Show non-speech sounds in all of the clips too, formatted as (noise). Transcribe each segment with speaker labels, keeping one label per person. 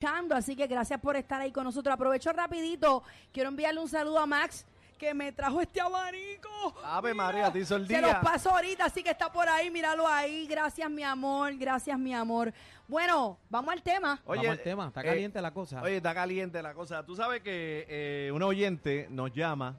Speaker 1: escuchando, así que gracias por estar ahí con nosotros. Aprovecho rapidito, quiero enviarle un saludo a Max que me trajo este abanico.
Speaker 2: Ave María, te hizo el
Speaker 1: Se
Speaker 2: día.
Speaker 1: los paso ahorita, así que está por ahí, míralo ahí. Gracias, mi amor, gracias, mi amor. Bueno, vamos al tema.
Speaker 2: Oye,
Speaker 3: Vamos al tema, está
Speaker 2: eh,
Speaker 3: caliente la cosa.
Speaker 2: Oye, está caliente la cosa. Tú sabes que eh, un oyente nos llama,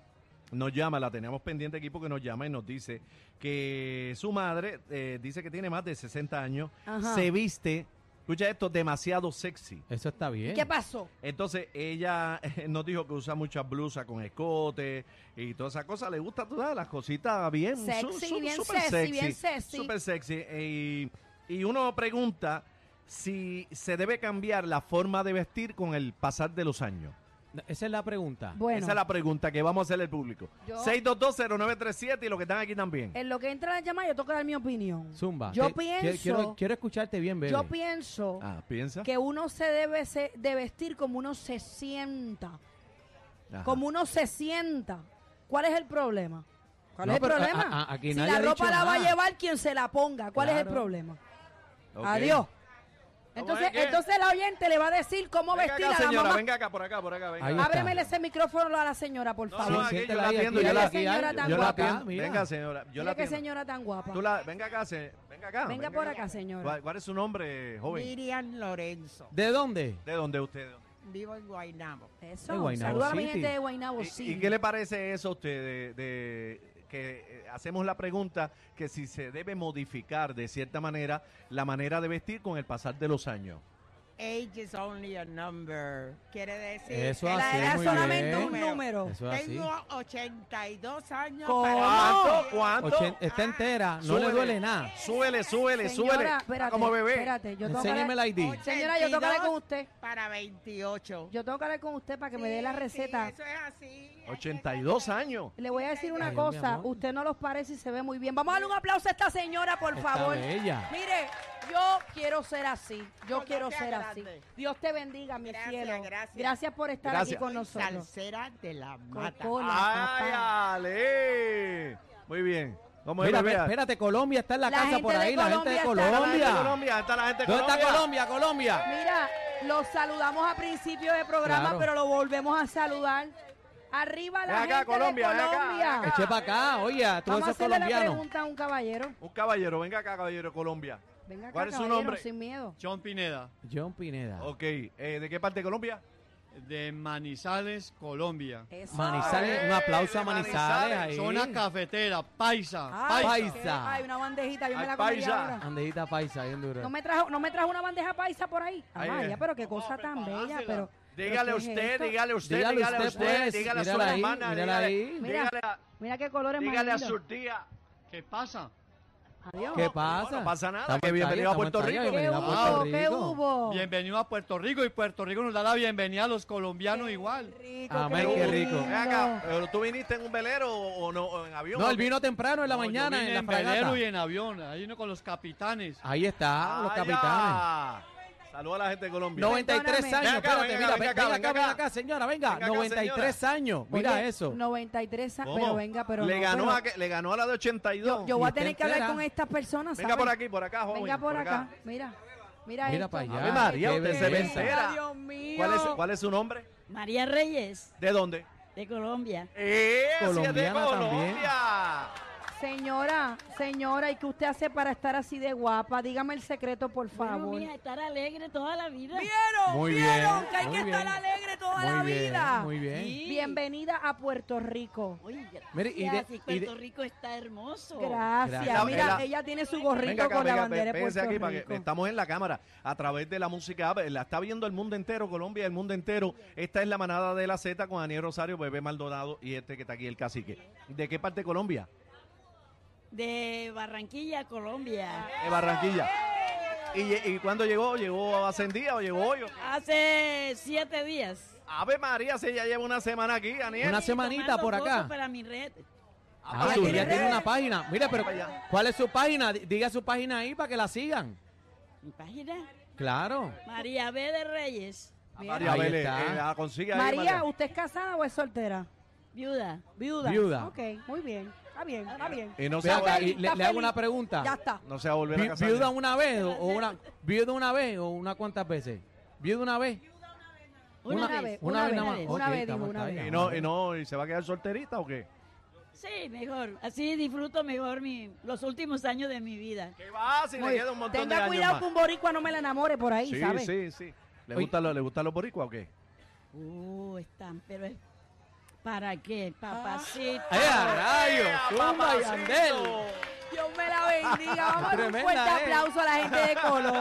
Speaker 2: nos llama, la teníamos pendiente aquí porque nos llama y nos dice que su madre eh, dice que tiene más de 60 años,
Speaker 1: Ajá.
Speaker 2: se viste, escucha esto, demasiado sexy.
Speaker 3: Eso está bien.
Speaker 1: ¿Qué pasó?
Speaker 2: Entonces ella (laughs) nos dijo que usa muchas blusas con escote y toda esa cosa. Le gusta todas las cositas bien su-
Speaker 1: Sexy,
Speaker 2: su-
Speaker 1: bien
Speaker 2: super
Speaker 1: sexy, bien sexy.
Speaker 2: Super sexy. Y, y uno pregunta si se debe cambiar la forma de vestir con el pasar de los años.
Speaker 3: No, Ah, Esa es la pregunta.
Speaker 1: Bueno,
Speaker 2: Esa es la pregunta que vamos a hacerle al público.
Speaker 1: Yo-
Speaker 2: 6220937 y los que están aquí también.
Speaker 1: en lo que entra la llamada yo tengo que dar mi opinión.
Speaker 3: Zumba.
Speaker 1: Yo
Speaker 3: te-
Speaker 1: pienso,
Speaker 3: quiero- Quiero, quiero escucharte bien, bebé.
Speaker 1: yo pienso
Speaker 2: Ah, piensa.
Speaker 1: que uno se debe se- de vestir como uno se sienta,
Speaker 2: Ajá.
Speaker 1: como uno se sienta. ¿Cuál es el problema? ¿Cuál
Speaker 3: No,
Speaker 1: es el
Speaker 3: pero a-
Speaker 1: problema?
Speaker 3: a- a- aquí
Speaker 1: si
Speaker 3: nadie
Speaker 1: la
Speaker 3: ha
Speaker 1: ropa
Speaker 3: dicho
Speaker 1: la va a
Speaker 3: nada.
Speaker 1: llevar quien se la ponga, ¿cuál es el
Speaker 3: Claro.
Speaker 1: problema?
Speaker 2: Ok.
Speaker 1: Adiós.
Speaker 2: Vamos a
Speaker 1: Entonces,
Speaker 2: ver qué-
Speaker 1: entonces la oyente le va a decir cómo
Speaker 2: Venga
Speaker 1: vestir
Speaker 2: acá,
Speaker 1: a la
Speaker 2: señora,
Speaker 1: mamá.
Speaker 2: venga acá, por acá, por acá, venga.
Speaker 3: Ahí está.
Speaker 1: Ábremele ese micrófono a la señora, por
Speaker 2: No,
Speaker 1: favor.
Speaker 2: no, aquí yo
Speaker 3: siéntela
Speaker 2: la
Speaker 3: ahí,
Speaker 2: atiendo,
Speaker 3: aquí
Speaker 2: yo la-
Speaker 3: aquí hay-
Speaker 1: señora tan
Speaker 2: Yo la
Speaker 1: guapa.
Speaker 2: atiendo.
Speaker 3: mira.
Speaker 2: Venga, señora, yo la
Speaker 1: Mira qué
Speaker 2: atiendo.
Speaker 1: señora tan guapa.
Speaker 2: Tú la- venga acá, se- venga acá.
Speaker 1: Venga por acá, señora.
Speaker 2: ¿Cuál, cuál es su nombre, joven?
Speaker 4: Miriam Lorenzo.
Speaker 3: ¿De dónde?
Speaker 2: ¿De dónde usted? de dónde?
Speaker 4: Vivo en Guaynabo.
Speaker 1: Eso.
Speaker 3: De Guaynabo
Speaker 1: Saluda a mi
Speaker 3: City.
Speaker 1: gente de Guaynabo
Speaker 2: ¿Y,
Speaker 1: City.
Speaker 2: y qué le parece eso a usted de, de que eh, hacemos la pregunta que si se debe modificar de cierta manera la manera de vestir con el pasar de los años?
Speaker 4: Age is only a number. Quiere decir.
Speaker 3: Eso
Speaker 4: que
Speaker 1: La
Speaker 3: así,
Speaker 1: edad es
Speaker 3: muy
Speaker 1: solamente
Speaker 3: bien.
Speaker 1: un número.
Speaker 3: Eso es así.
Speaker 4: Tengo 82 años.
Speaker 1: ¿Cómo?
Speaker 4: para-
Speaker 2: ¿Cuánto? ¿Cuánto?
Speaker 3: Ochen- está entera, no
Speaker 2: Súbele.
Speaker 3: le duele nada.
Speaker 2: Súbele, súbele, súbele.
Speaker 1: Señora,
Speaker 2: Está
Speaker 1: espérate,
Speaker 2: como bebé.
Speaker 1: espérate. Yo tengo que
Speaker 3: Enséñeme
Speaker 1: hablar-
Speaker 3: el ID.
Speaker 1: Señora, yo tengo que hablar con
Speaker 4: 82
Speaker 1: usted.
Speaker 4: Para 28.
Speaker 1: Yo tengo que hablar con usted para que me dé la
Speaker 4: Sí,
Speaker 1: receta.
Speaker 4: sí, eso es así.
Speaker 2: 82 años.
Speaker 1: Le voy a decir una
Speaker 3: Ay, mi
Speaker 1: cosa,
Speaker 3: amor.
Speaker 1: usted no los parece y se ve muy bien. Vamos a darle un aplauso a esta señora, por
Speaker 3: Está
Speaker 1: favor.
Speaker 3: bella.
Speaker 1: Mire, yo quiero ser así, yo
Speaker 4: Porque
Speaker 1: quiero
Speaker 4: sea
Speaker 1: ser así.
Speaker 4: grande.
Speaker 1: Dios te bendiga, mi
Speaker 4: Gracias,
Speaker 1: cielo.
Speaker 4: gracias.
Speaker 1: por estar
Speaker 2: Gracias.
Speaker 1: aquí con nosotros.
Speaker 4: Salsera de la mata.
Speaker 1: Cocola,
Speaker 2: ¡Ay,
Speaker 1: papá.
Speaker 2: ale! Muy bien. ¿Cómo es,
Speaker 3: Mira,
Speaker 2: bebé?
Speaker 3: espérate, espérate, Colombia está en la,
Speaker 1: La
Speaker 3: casa
Speaker 1: gente
Speaker 3: por
Speaker 1: de
Speaker 3: ahí, la gente de
Speaker 1: Colombia está-
Speaker 3: Colombia.
Speaker 2: Está la gente de Colombia, está la gente de
Speaker 3: ¿Dónde
Speaker 2: Colombia.
Speaker 3: está Colombia, Colombia?
Speaker 1: Mira, los saludamos a principio de programa,
Speaker 3: Claro.
Speaker 1: pero lo volvemos a saludar. Arriba la
Speaker 2: Ven acá,
Speaker 1: gente
Speaker 2: Colombia,
Speaker 1: de
Speaker 2: ven acá,
Speaker 1: Colombia.
Speaker 2: ven
Speaker 3: Eche para acá, oye, a todos
Speaker 1: Vamos a
Speaker 3: esos
Speaker 1: hacerle la
Speaker 3: colombianos.
Speaker 1: pregunta a un caballero.
Speaker 2: Un caballero, venga acá, caballero de Colombia.
Speaker 1: Venga acá,
Speaker 2: ¿Cuál es su
Speaker 1: caballero,
Speaker 2: nombre?
Speaker 1: sin miedo.
Speaker 5: John Pineda,
Speaker 3: John Pineda.
Speaker 2: Ok, eh, ¿de qué parte de Colombia?
Speaker 5: de Manizales, Colombia.
Speaker 1: Eso.
Speaker 3: Manizales, un aplauso a
Speaker 2: de Manizales,
Speaker 3: Manizales ahí.
Speaker 5: Zona cafetera, paisa,
Speaker 3: Ah.
Speaker 1: Ay,
Speaker 5: paisa.
Speaker 3: Paisa.
Speaker 1: Ay, una bandejita, yo me
Speaker 2: Ay,
Speaker 1: la comí
Speaker 2: paisa.
Speaker 1: ahora.
Speaker 3: Andejita paisa, bien duro.
Speaker 1: No me trajo, no me trajo una bandeja paisa por ahí.
Speaker 2: Ahí
Speaker 1: Amalia,
Speaker 2: es.
Speaker 1: pero qué cosa
Speaker 5: Vamos a
Speaker 1: tan bella,
Speaker 5: preparársela.
Speaker 1: pero.
Speaker 2: Dígale
Speaker 1: pero
Speaker 2: a
Speaker 1: ¿qué es
Speaker 2: usted,
Speaker 1: esto?
Speaker 2: dígale a usted,
Speaker 3: Dígale
Speaker 2: dígale a
Speaker 3: usted,
Speaker 2: usted,
Speaker 3: pues,
Speaker 2: dígale a su
Speaker 3: mírala ahí,
Speaker 2: hermana,
Speaker 3: mírala
Speaker 2: dígale,
Speaker 3: ahí.
Speaker 1: Mira,
Speaker 2: dígale a-
Speaker 1: mira qué colores más
Speaker 2: dígale a su
Speaker 1: lindos.
Speaker 2: tía.
Speaker 5: ¿Qué pasa?
Speaker 1: Adiós.
Speaker 3: ¿Qué
Speaker 1: ¿Qué,
Speaker 3: pasa?
Speaker 2: no pasa nada,
Speaker 3: Estamos
Speaker 2: que
Speaker 3: en
Speaker 2: bienvenido a
Speaker 3: estamos en
Speaker 2: Puerto Rico.
Speaker 3: bienvenido a Puerto
Speaker 1: hubo? ¿Qué
Speaker 3: Rico.
Speaker 1: hubo?
Speaker 5: Bienvenido a Puerto Rico y Puerto Rico nos da la bienvenida a los colombianos
Speaker 3: Eh.
Speaker 1: Qué
Speaker 5: igual.
Speaker 1: rico,
Speaker 3: Amén,
Speaker 2: qué
Speaker 3: rico.
Speaker 1: lindo.
Speaker 2: Ven acá, pero tú viniste en un velero o o no o en avión.
Speaker 3: No, él vino temprano en la
Speaker 5: No, yo
Speaker 3: mañana
Speaker 5: vine
Speaker 3: en la
Speaker 5: en velero
Speaker 3: fragata.
Speaker 5: y en avión, ahí uno con los capitanes.
Speaker 3: Ahí está, los capitanes.
Speaker 2: Saludos a la gente de Colombia.
Speaker 3: 93
Speaker 1: Perdóname.
Speaker 2: Ven
Speaker 3: años,
Speaker 2: acá,
Speaker 3: espérate,
Speaker 2: venga
Speaker 3: mira,
Speaker 2: acá,
Speaker 3: ven
Speaker 2: venga
Speaker 3: acá,
Speaker 2: acá,
Speaker 3: ven
Speaker 2: venga.
Speaker 3: acá, señora, venga,
Speaker 2: Venga acá,
Speaker 3: 93 años, mira
Speaker 1: Oye,
Speaker 3: eso.
Speaker 1: 93 años,
Speaker 2: ¿Cómo?
Speaker 1: pero venga, pero
Speaker 2: le
Speaker 1: no,
Speaker 2: ganó
Speaker 1: pero-
Speaker 2: a que- le ganó a la de 82.
Speaker 1: Yo, yo voy a
Speaker 3: Y
Speaker 1: tener
Speaker 3: usted
Speaker 1: que hablar
Speaker 3: entera.
Speaker 1: con estas personas.
Speaker 2: venga
Speaker 1: ¿sabe?
Speaker 2: por aquí, por acá, joven.
Speaker 1: Venga por acá. Mira, mira
Speaker 3: Mira
Speaker 1: esto.
Speaker 3: para allá.
Speaker 2: Ave María,
Speaker 3: qué
Speaker 2: usted se
Speaker 3: vergüenza.
Speaker 2: vencera.
Speaker 1: Dios mío.
Speaker 2: ¿Cuál es, ¿Cuál es su nombre?
Speaker 6: María Reyes,
Speaker 2: ¿De dónde?
Speaker 6: de Colombia.
Speaker 2: ¡Eh! si es de
Speaker 3: Colombiana también.
Speaker 2: Colombia!
Speaker 1: Señora, señora, ¿y qué usted hace para estar así de guapa? Dígame el secreto, por
Speaker 6: Bueno,
Speaker 1: favor.
Speaker 6: mija, estar alegre toda la vida.
Speaker 1: ¿Vieron?
Speaker 3: Muy
Speaker 1: ¿Vieron?
Speaker 3: bien,
Speaker 1: que hay
Speaker 3: muy
Speaker 1: que estar
Speaker 3: bien.
Speaker 1: alegre toda
Speaker 3: Muy
Speaker 1: la
Speaker 3: bien,
Speaker 1: vida.
Speaker 3: muy bien.
Speaker 6: Sí.
Speaker 1: Bienvenida a Puerto Rico.
Speaker 6: Uy, gracias.
Speaker 3: Mire, y de-
Speaker 6: y
Speaker 3: y de-
Speaker 6: Puerto Rico está hermoso.
Speaker 1: Gracias.
Speaker 3: Gracias.
Speaker 1: Mira,
Speaker 2: Ela-
Speaker 1: ella tiene su gorrito
Speaker 2: Venga acá,
Speaker 1: con la
Speaker 2: venga,
Speaker 1: bandera de
Speaker 2: véngase
Speaker 1: Puerto
Speaker 2: aquí
Speaker 1: Rico.
Speaker 2: para que- estamos en la cámara a través de la música. app, La está viendo el mundo entero, Colombia, el mundo entero. Esta es la manada de la Z con Daniel Rosario, Bebé Maldonado y este que está aquí, el cacique. ¿De qué parte de Colombia?
Speaker 6: De Barranquilla, Colombia.
Speaker 2: De Barranquilla. ¿Y, lle- y cuándo llegó? ¿Llegó hace un día o llegó hoy? o qué?
Speaker 6: Hace siete días.
Speaker 2: Ave María, si ya lleva una semana aquí, Daniel.
Speaker 3: Una
Speaker 6: Y
Speaker 3: semanita
Speaker 6: tomando
Speaker 3: por acá.
Speaker 6: fotos Para mi red.
Speaker 3: Ah,
Speaker 2: Ah,
Speaker 3: su-
Speaker 2: ¿tiene
Speaker 3: ya tiene
Speaker 2: redes?
Speaker 3: una página. Mira, pero
Speaker 2: Para allá.
Speaker 3: ¿cuál es su página? D- Diga su página ahí para que la sigan.
Speaker 6: Mi página.
Speaker 3: Claro.
Speaker 6: María B. de Reyes,
Speaker 2: A María
Speaker 3: Ahí
Speaker 2: Vélez,
Speaker 3: está.
Speaker 2: eh, la consigue ahí,
Speaker 1: María,
Speaker 2: María.
Speaker 1: ¿usted es casada o es soltera?
Speaker 6: viuda.
Speaker 1: Viuda.
Speaker 3: Viuda.
Speaker 1: Ok, muy bien. Está bien, está bien.
Speaker 2: Y no se,
Speaker 3: Ve
Speaker 2: va,
Speaker 3: acá,
Speaker 1: feliz,
Speaker 3: y le,
Speaker 1: está
Speaker 3: le hago
Speaker 1: feliz.
Speaker 3: una pregunta.
Speaker 1: Ya está.
Speaker 2: no se va a volver a
Speaker 3: Vi-
Speaker 2: casar.
Speaker 3: ¿Viuda una vez o o una viuda una vez o una cuantas veces? ¿Viuda una vez?
Speaker 6: Una,
Speaker 1: Una
Speaker 6: vez.
Speaker 1: vez, una vez,
Speaker 3: nada
Speaker 6: vez,
Speaker 3: más.
Speaker 1: una
Speaker 3: Ok,
Speaker 1: vez,
Speaker 3: estamos-
Speaker 1: digo, una
Speaker 3: está
Speaker 1: vez.
Speaker 3: bien,
Speaker 2: ¿Y no,
Speaker 3: vamos.
Speaker 2: y no, y se va a quedar solterita o qué?
Speaker 6: Sí, mejor. Así disfruto mejor mi, los últimos años de mi vida.
Speaker 2: ¿Qué va? Si
Speaker 1: Muy- Tenga cuidado que un boricua no me la enamore por ahí,
Speaker 2: Sí,
Speaker 1: ¿sabes?
Speaker 2: sí, sí. ¿Le
Speaker 3: Oye.
Speaker 2: gustan los, le gustan los boricuas o qué?
Speaker 6: Uh, están, pero es. ¿Para qué, papacito?
Speaker 3: ¡Ay, a rayos! ¡Tumba y andel!
Speaker 1: Dios me la
Speaker 2: (laughs)
Speaker 1: bendiga. Vamos a dar un
Speaker 3: Tremenda,
Speaker 1: fuerte
Speaker 3: ¿eh?
Speaker 1: aplauso a la gente de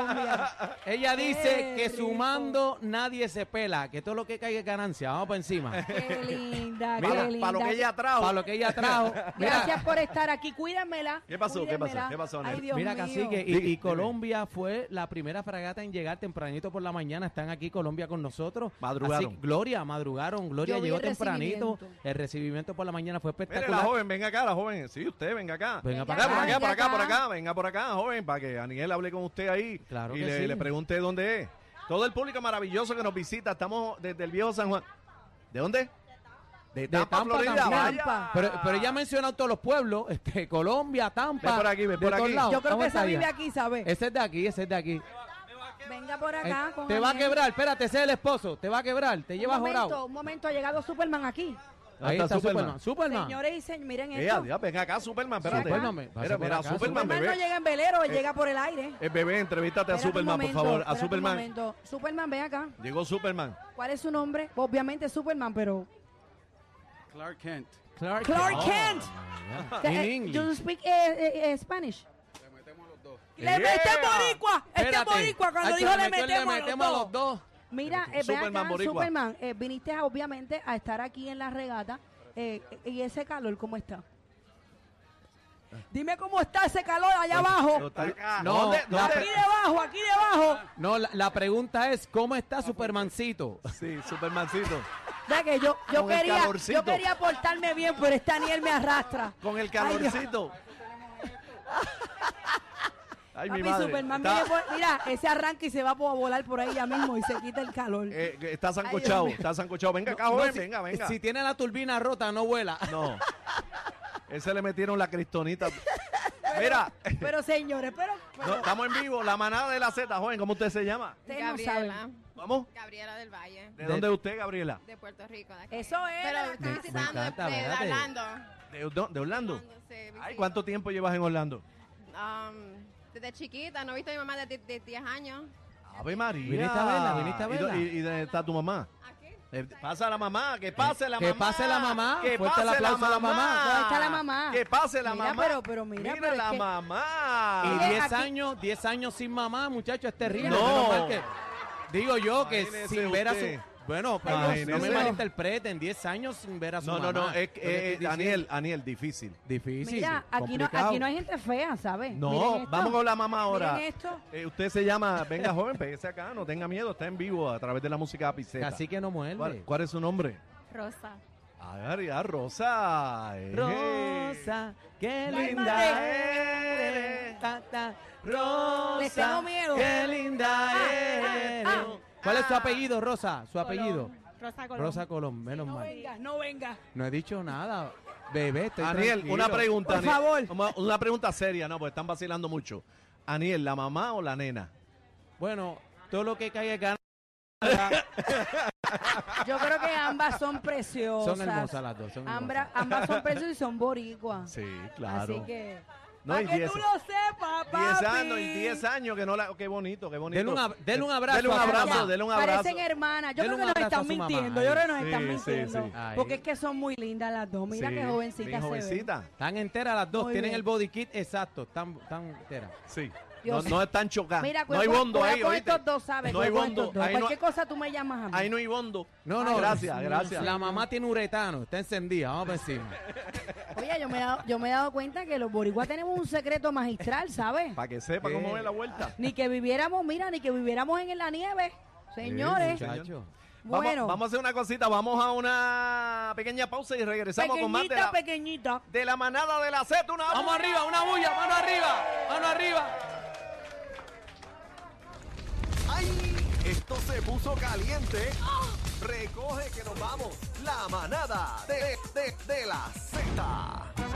Speaker 1: Colombia.
Speaker 3: Ella
Speaker 1: Qué
Speaker 3: dice que
Speaker 1: rico.
Speaker 3: sumando nadie se pela, que todo lo que caiga es ganancia. Vamos
Speaker 2: (laughs)
Speaker 3: para encima.
Speaker 1: Qué linda,
Speaker 2: Para,
Speaker 1: qué linda.
Speaker 2: para lo que ella trajo.
Speaker 3: Para lo que ella trajo.
Speaker 1: Gracias por estar aquí. Cuídenmela.
Speaker 2: ¿Qué pasó? ¿Qué pasó?
Speaker 1: cuídenmela.
Speaker 2: ¿Qué pasó,
Speaker 1: Ay,
Speaker 2: Nelly?
Speaker 1: Dios
Speaker 3: Mira,
Speaker 1: mío.
Speaker 3: cacique,
Speaker 2: Dime,
Speaker 3: y- y,
Speaker 2: dime.
Speaker 3: Colombia fue la primera fragata en llegar tempranito por la mañana. Están aquí Colombia con nosotros.
Speaker 2: Madrugaron.
Speaker 3: Así, Gloria, madrugaron. Gloria
Speaker 1: Yo vi
Speaker 3: llegó
Speaker 1: el
Speaker 3: tempranito.
Speaker 1: recibimiento.
Speaker 3: El recibimiento por la mañana fue
Speaker 2: Mire, la
Speaker 3: espectacular.
Speaker 2: joven, venga acá, la joven. Sí, usted, venga acá.
Speaker 3: Venga
Speaker 1: Venga
Speaker 3: para
Speaker 2: Venga por
Speaker 3: acá.
Speaker 1: Venga
Speaker 2: acá, por acá, por
Speaker 1: acá.
Speaker 2: acá. Venga por acá, joven, para que Aniel hable con usted ahí.
Speaker 3: Claro
Speaker 2: y
Speaker 3: que
Speaker 2: le,
Speaker 3: sí.
Speaker 2: le pregunte dónde es. Todo el público maravilloso que nos visita. Estamos desde el viejo San Juan. ¿De dónde? De Tampa,
Speaker 3: Tampa
Speaker 2: Florida.
Speaker 3: también.
Speaker 2: vaya.
Speaker 3: Pero, pero ella ha mencionado todos los pueblos, este, Colombia, Tampa.
Speaker 2: Ven por aquí, ven
Speaker 3: de
Speaker 2: por
Speaker 3: todos
Speaker 2: aquí.
Speaker 3: lados.
Speaker 1: Yo creo
Speaker 3: Vamos
Speaker 1: que esa
Speaker 3: hasta allá.
Speaker 1: vive aquí, ¿sabes?
Speaker 3: Ese es de aquí, ese es de aquí.
Speaker 1: Venga por
Speaker 3: Eh,
Speaker 1: acá. con
Speaker 3: te va a
Speaker 1: Aniel.
Speaker 3: quebrar, espérate, ese es el esposo. Te va a quebrar, te
Speaker 1: Un
Speaker 3: llevas
Speaker 1: momento,
Speaker 3: jorado.
Speaker 1: un momento, ha llegado Superman aquí.
Speaker 3: Ahí está, Superman. Superman.
Speaker 1: Señores y señores, miren
Speaker 2: Ea,
Speaker 1: esto.
Speaker 2: Dios, venga acá, Superman, espérate.
Speaker 3: Superman, me- pasa
Speaker 2: Mira,
Speaker 3: por
Speaker 2: mira,
Speaker 3: acá,
Speaker 2: Superman,
Speaker 1: Superman no
Speaker 2: bebé.
Speaker 1: llega en velero, llega por el aire.
Speaker 2: Eh, bebé, entrevístate a
Speaker 1: Espérate un
Speaker 2: Superman, por
Speaker 1: momento,
Speaker 2: favor. A
Speaker 1: espérate un
Speaker 2: Superman.
Speaker 1: momento. Superman, ven acá.
Speaker 2: Llegó Superman.
Speaker 1: ¿Cuál es su nombre? Obviamente Superman, pero...
Speaker 5: Clark Kent.
Speaker 3: Clark,
Speaker 1: Clark Kent.
Speaker 3: Ah,
Speaker 1: Eh,
Speaker 3: In
Speaker 1: eh,
Speaker 3: English.
Speaker 1: you speak eh, eh, eh, Spanish? Le
Speaker 2: Yeah.
Speaker 1: metemos boricua. Este es
Speaker 3: Espérate.
Speaker 1: boricua. Cuando
Speaker 3: Hacho,
Speaker 1: dijo
Speaker 3: le
Speaker 1: le
Speaker 3: metió el
Speaker 1: metemos,
Speaker 3: le
Speaker 1: a los dos.
Speaker 3: dos.
Speaker 1: Mira,
Speaker 2: Le
Speaker 1: eh,
Speaker 2: metemos.
Speaker 1: ven
Speaker 2: Este, Superman
Speaker 1: acá,
Speaker 2: boricua.
Speaker 1: Superman. eh, viniste a- obviamente a estar aquí en la regata. eh, ¿Y ese calor cómo está? Dime cómo está ese calor allá
Speaker 2: No,
Speaker 1: abajo.
Speaker 2: está-
Speaker 3: No,
Speaker 2: ¿Dónde?
Speaker 3: la-
Speaker 2: ¿Dónde?
Speaker 1: Aquí debajo, aquí debajo.
Speaker 3: No, la, la pregunta es, ¿cómo está Supermancito?
Speaker 2: Sí, Supermancito.
Speaker 1: Ya que yo, yo
Speaker 2: Con el
Speaker 1: quería,
Speaker 2: calorcito.
Speaker 1: yo quería portarme bien, pero esta Daniel me arrastra.
Speaker 2: (laughs) Con el
Speaker 1: Ay, Dios.
Speaker 2: calorcito. Ay, mi
Speaker 1: Papi,
Speaker 2: madre.
Speaker 1: Superman,
Speaker 2: Está-
Speaker 1: mire, por- mira, ese arranque y se va a volar por ahí ya mismo y se quita el calor.
Speaker 2: Eh, que está sancochado, está sancochado. Venga acá, Ah, joven,
Speaker 3: No, si-
Speaker 2: venga, venga.
Speaker 3: Si tiene la turbina rota, no vuela.
Speaker 2: No. Ese le metieron la cristonita. Mira,
Speaker 1: Pero señores, pero, pero
Speaker 2: no, estamos en vivo, la manada de la Z, joven, ¿cómo usted se llama?
Speaker 1: ustedes no
Speaker 7: Gabriela.
Speaker 1: saben.
Speaker 2: Vamos.
Speaker 7: Gabriela del Valle,
Speaker 2: ¿De dónde es usted, Gabriela?
Speaker 7: de Puerto Rico. de aquí.
Speaker 1: Eso
Speaker 7: Pero
Speaker 1: es.
Speaker 7: estoy
Speaker 3: Me- me
Speaker 7: visitando
Speaker 3: encanta,
Speaker 7: de, de
Speaker 3: espérate.
Speaker 7: Orlando.
Speaker 2: ¿De, de- de Orlando?
Speaker 7: Orlando, sí,
Speaker 2: Ay,
Speaker 7: visito.
Speaker 2: ¿cuánto tiempo llevas en Orlando?
Speaker 7: Um, desde chiquita, no he visto a mi mamá desde de 10 años.
Speaker 2: Ave María.
Speaker 3: Viniste a verla, viniste a
Speaker 2: ¿Y do-
Speaker 3: verla.
Speaker 2: ¿Y, y dónde está tu mamá?
Speaker 7: Aquí.
Speaker 2: Eh, Pasa la mamá, que pase la
Speaker 3: Que
Speaker 2: mamá.
Speaker 3: pase la mamá.
Speaker 2: Que
Speaker 3: Fuerte el
Speaker 2: pase la
Speaker 3: aplauso
Speaker 2: mamá.
Speaker 3: a la mamá.
Speaker 1: ¿Dónde está la mamá?
Speaker 2: Que pase la
Speaker 1: Mira,
Speaker 2: mamá.
Speaker 1: pero- pero mira,
Speaker 2: Mira
Speaker 1: pero es
Speaker 2: la
Speaker 1: que-
Speaker 2: mamá.
Speaker 3: Y
Speaker 1: Mire,
Speaker 3: 10
Speaker 1: aquí-
Speaker 3: años, 10 años sin mamá, muchacho, es terrible.
Speaker 2: No.
Speaker 3: Menos mal que- digo yo que
Speaker 2: Imagínese
Speaker 3: sin ver a
Speaker 2: usted.
Speaker 3: su... Bueno, pero
Speaker 2: Imagínese.
Speaker 3: no me malinterpreten, 10 años sin ver a su
Speaker 2: No,
Speaker 3: mamá.
Speaker 2: no, no, es que,
Speaker 3: Lo
Speaker 2: eh,
Speaker 3: estoy
Speaker 2: eh,
Speaker 3: diciendo.
Speaker 2: Daniel, Daniel, difícil.
Speaker 3: Difícil,
Speaker 1: Mira, aquí no,
Speaker 3: complicado.
Speaker 1: aquí no hay gente fea, ¿sabes? Miren
Speaker 2: No,
Speaker 1: esto.
Speaker 2: vamos con la mamá ahora.
Speaker 1: Miren esto.
Speaker 2: Eh, usted se llama, venga joven, pégese acá, no tenga miedo, está en vivo a través de la música Apiceta.
Speaker 3: Así que no
Speaker 2: ¿Cuál,
Speaker 3: muerde.
Speaker 2: cuál es su nombre?
Speaker 7: Rosa.
Speaker 2: A ver, ya, Rosa. Eh.
Speaker 3: Rosa, qué
Speaker 1: Ay,
Speaker 3: linda
Speaker 1: madre.
Speaker 3: eres. Ta, ta. Rosa,
Speaker 1: Les tengo miedo.
Speaker 3: qué linda eres.
Speaker 1: ah,
Speaker 3: ¿Cuál es su apellido, Rosa? Su apellido.
Speaker 7: Rosa Colón.
Speaker 3: Rosa Colón, menos
Speaker 1: No
Speaker 3: mal.
Speaker 1: venga, no venga.
Speaker 3: No he dicho nada. Bebé, estoy
Speaker 2: Daniel,
Speaker 3: tranquilo.
Speaker 2: una pregunta.
Speaker 1: Por
Speaker 2: Aniel. Una, una pregunta seria, no, porque están vacilando mucho. Aniel, ¿la mamá o la nena?
Speaker 3: Bueno, todo lo que caiga es gana.
Speaker 1: Yo creo que ambas son preciosas.
Speaker 3: Son hermosas las dos. Son
Speaker 1: Ambra-
Speaker 3: hermosas.
Speaker 1: ambas son preciosas y son boricuas.
Speaker 2: Sí, claro.
Speaker 1: Así que,
Speaker 2: No,
Speaker 1: para
Speaker 2: y
Speaker 1: que
Speaker 2: diez-
Speaker 1: tú lo sepas, papi.
Speaker 2: 10 años y 10 años que no la. Qué bonito, qué bonito.
Speaker 3: Denle un ab- denle un abrazo
Speaker 2: Denle un
Speaker 3: a su
Speaker 2: abrazo,
Speaker 3: mamá.
Speaker 2: denle un abrazo.
Speaker 1: Parecen hermanas. Yo
Speaker 3: Denle
Speaker 1: creo que
Speaker 3: un
Speaker 1: nos
Speaker 3: abrazo a
Speaker 1: están
Speaker 3: su mamá.
Speaker 1: mintiendo. Yo creo que nos
Speaker 2: Sí,
Speaker 1: están
Speaker 2: sí,
Speaker 1: mintiendo.
Speaker 2: sí.
Speaker 3: Ahí.
Speaker 1: Porque es que son muy lindas las dos. Mira
Speaker 2: Sí,
Speaker 1: qué
Speaker 2: bien
Speaker 1: jovencitas se ven.
Speaker 2: jovencita.
Speaker 3: Están enteras las dos.
Speaker 1: Muy
Speaker 3: Tienen
Speaker 1: bien.
Speaker 3: el body kit exacto. Están, están enteras.
Speaker 2: Sí. No,
Speaker 1: Dios.
Speaker 2: no están chocadas.
Speaker 1: Mira,
Speaker 2: no hay
Speaker 1: cuidado-
Speaker 2: bondo
Speaker 1: cuidado
Speaker 2: ahí,
Speaker 1: con
Speaker 2: ¿oíste?
Speaker 1: estos dos, ¿sabes?
Speaker 2: No hay
Speaker 1: Cuidado con
Speaker 2: bondo.
Speaker 1: estos dos.
Speaker 2: Ahí no,
Speaker 1: Cualquier cosa tú me llamas a mí.
Speaker 2: ahí no hay bondo.
Speaker 3: No, no.
Speaker 2: Ah, Gracias, gracias.
Speaker 3: La mamá tiene uretano. Está encendida. Vamos para encima.
Speaker 1: Oye, yo me, he dado, yo me he dado cuenta que los boricuas tenemos un secreto magistral, ¿sabes?
Speaker 2: Para que sepa cómo
Speaker 3: Eh.
Speaker 2: es la vuelta.
Speaker 1: Ni que viviéramos, mira, ni que viviéramos en la nieve. Señores,
Speaker 2: Sí, sí,
Speaker 3: Muchacho.
Speaker 2: Vamos-
Speaker 1: bueno,
Speaker 2: Vamos, a hacer una cosita, vamos a una pequeña pausa y regresamos con más de
Speaker 1: pequeñita,
Speaker 2: la,
Speaker 1: pequeñita.
Speaker 2: de la manada de la Z. Una
Speaker 3: Vamos arriba, una bulla, mano arriba, mano arriba.
Speaker 8: ¡Ay! Esto se puso caliente. Recoge que nos vamos. La manada de, de, de la Z.